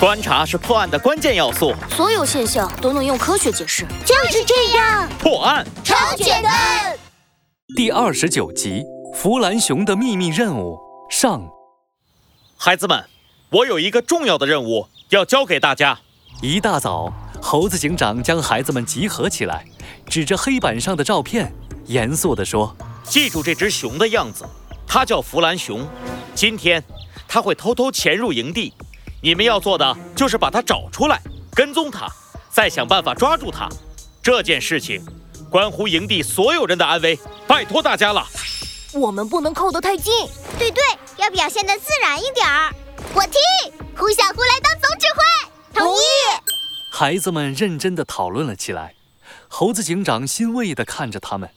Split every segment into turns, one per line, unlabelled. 观察是破案的关键要素，
所有现象都能用科学解释。
就是这样，
破案
超简单。
第二十九集《弗兰熊的秘密任务》上。
孩子们，我有一个重要的任务要交给大家。
一大早，猴子警长将孩子们集合起来，指着黑板上的照片，严肃地说
记住这只熊的样子，它叫弗兰熊。今天它会偷偷潜入营地，你们要做的就是把它找出来，跟踪它，再想办法抓住它。这件事情关乎营地所有人的安危，拜托大家了。
我们不能靠得太近。
对对，要表现的自然一点儿。我听，呼小呼来当总指挥，同意。：“
哦
孩子们认真地讨论了起来。”猴子警长欣慰地看着他们。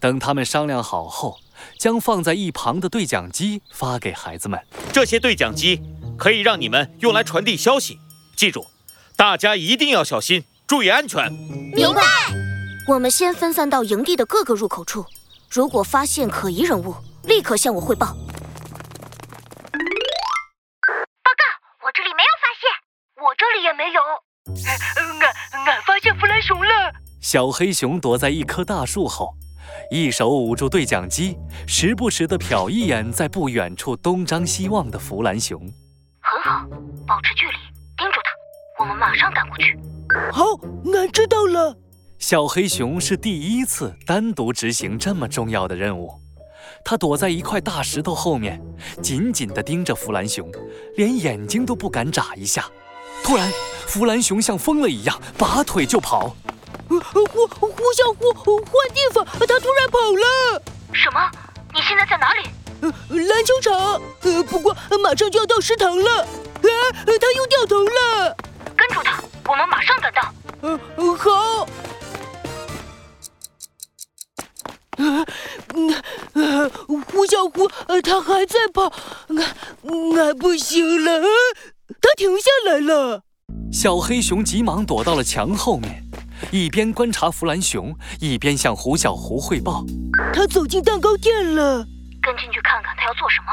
等他们商量好后，将放在一旁的对讲机发给孩子们。
这些对讲机可以让你们用来传递消息。记住，大家一定要小心，注意安全。
明白。我们先分散到营地的各个入口处，如果发现可疑人物，立刻向我汇报。
我这里没有发现，我这里也没有。俺俺呃发现弗兰熊了！
小黑熊躲在一棵大树后，一手捂住对讲机，时不时地瞟一眼在不远处东张西望的弗兰熊。
很好，保持距离，盯住它，我们马上赶过去。
好，俺哦知道了。
小黑熊是第一次单独执行这么重要的任务，它躲在一块大石头后面，紧紧地盯着弗兰熊，连眼睛都不敢眨一下。突然，弗兰熊像疯了一样，拔腿就跑。
呃呃我我想我我呃换地方，他突然跑了。
什么？你现在在哪里？
呃篮球场，呃，不过呃马上就要到食堂了。啊，呃他又掉头了。
跟住它，我们马上赶到。
呃，呃好。啊，嗯，呃，胡小胡，呃，他还在跑，俺俺不行了，啊他停下来了。
小黑熊急忙躲到了墙后面，一边观察弗兰熊，一边向胡小胡汇报。
他走进蛋糕店了。
跟进去看看它要做什么，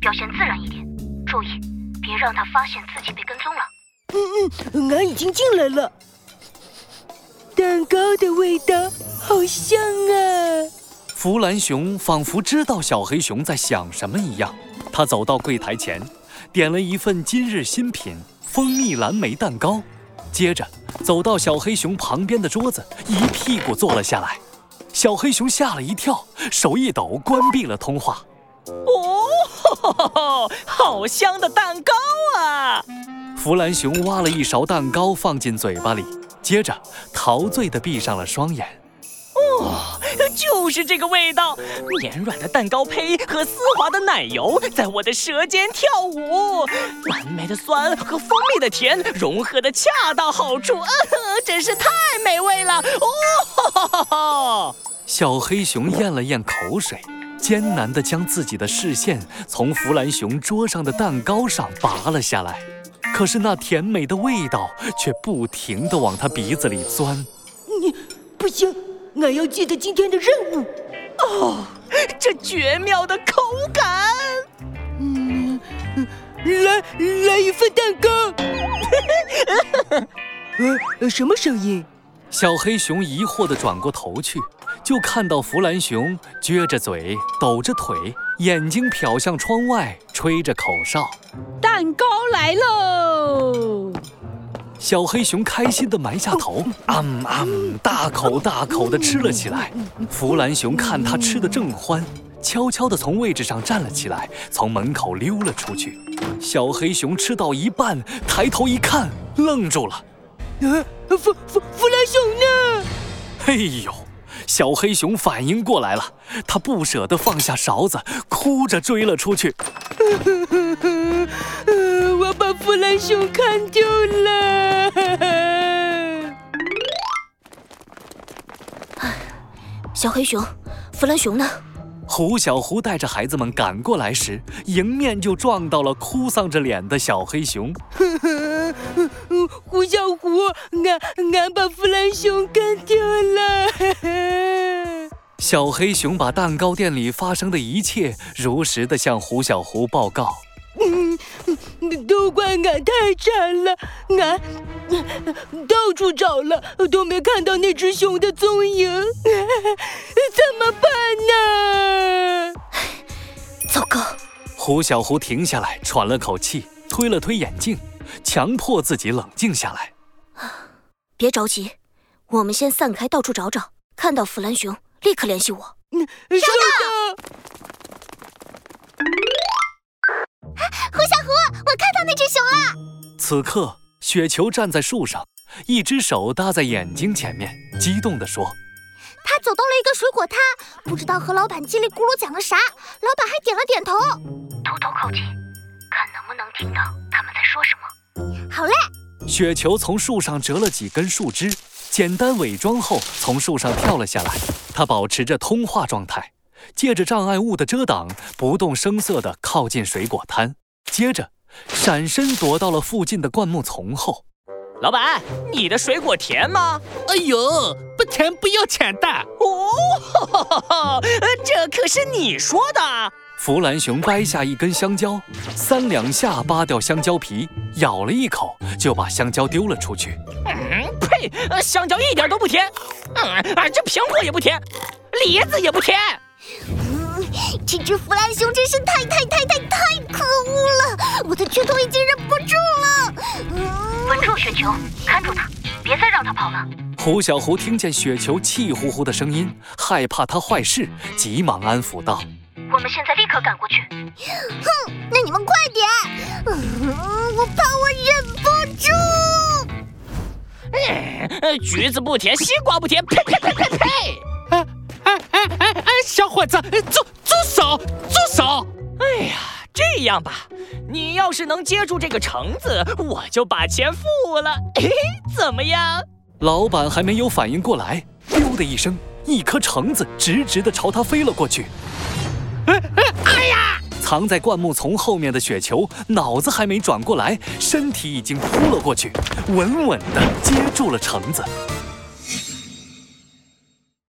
表现自然一点，注意别让它发现自己被跟踪了。
俺嗯已经进来了。蛋糕的味道好香啊！
弗兰熊仿佛知道小黑熊在想什么一样，他走到柜台前，点了一份今日新品蜂蜜蓝莓蛋糕，接着走到小黑熊旁边的桌子，一屁股坐了下来。小黑熊吓了一跳，手一抖，关闭了通话。
哦，好香的蛋糕啊！
弗兰熊挖了一勺蛋糕放进嘴巴里，接着陶醉地闭上了双眼。
就是这个味道，绵软的蛋糕胚和丝滑的奶油在我的舌尖跳舞，蓝莓的酸和蜂蜜的甜融合的恰到好处，啊，真是太美味了！哦，
小黑熊咽了咽口水，艰难地将自己的视线从弗兰熊桌上的蛋糕上拔了下来。可是那甜美的味道却不停地往他鼻子里钻。
不行，俺要记得今天的任务。
哦这绝妙的口感，
嗯来来一份蛋糕。 呃呃，什么声音？
小黑熊疑惑地转过头去，就看到弗兰熊撅着嘴、抖着腿，眼睛瞟向窗外，吹着口哨。
蛋糕来喽！
小黑熊开心地埋下头，啊嗯啊嗯，大口大口地吃了起来。弗兰熊看它吃得正欢，悄悄地从位置上站了起来，从门口溜了出去。小黑熊吃到一半，抬头一看，愣住了。
呃，弗弗弗兰熊呢？
哎呦！小黑熊反应过来了，它不舍得放下勺子，哭着追了出去。
呃，我把弗兰熊看丢了。
小黑熊，弗兰熊呢？
胡小胡带着孩子们赶过来时，迎面就撞到了哭丧着脸的小黑熊。
嗯胡小胡，俺俺把弗兰熊看丢了。
小黑熊把蛋糕店里发生的一切如实地向胡小胡报告。
都怪俺太馋了，俺到处找了，都没看到那只熊的踪影，怎么办呢？
糟糕，
胡小胡停下来，喘了口气，推了推眼镜，强迫自己冷静下来。
别着急，我们先散开，到处找找，看到弗兰熊立刻联系我。
收到。
胡小胡，我看到那只熊了。
此刻，雪球站在树上，一只手搭在眼睛前面，激动地说
他走到了一个水果摊，不知道和老板叽里咕噜讲了啥，老板还点了点头。
偷偷靠近，看能不能听到他们在说什么。
好嘞，：“
雪球从树上折了几根树枝，简单伪装后从树上跳了下来。它保持着通话状态，借着障碍物的遮挡，不动声色地靠近水果摊，接着闪身躲到了附近的灌木丛后。”
老板，你的水果甜吗？
哎呦，不甜不要钱的！
哦，这可是你说的。啊
弗兰熊掰下一根香蕉，三两下扒掉香蕉皮，咬了一口就把香蕉丢了出去。
嗯，呸！呃香蕉一点都不甜。嗯，啊，这苹果也不甜，梨子也不甜。
这只弗兰熊真是太太太太太可恶了，我的拳头已经忍不住了。嗯，
稳住雪球，看住它，别再让它跑了。
胡小胡听见雪球气呼呼的声音，害怕他坏事，急忙安抚道
我们现在立刻赶过去。
哼，那你们快点。嗯，我怕我忍不住。
呃，橘子不甜，西瓜不甜，呸呸呸呸呸！
哎哎哎哎，小伙子，住住手，住手！
哎呀，这样吧，你要是能接住这个橙子，我就把钱付了。 嘿嘿，怎么样？：“
老板还没有反应过来，咻的一声，一颗橙子直直地朝他飞了过去。”藏在灌木丛后面的雪球脑子还没转过来，身体已经扑了过去，稳稳地接住了橙子。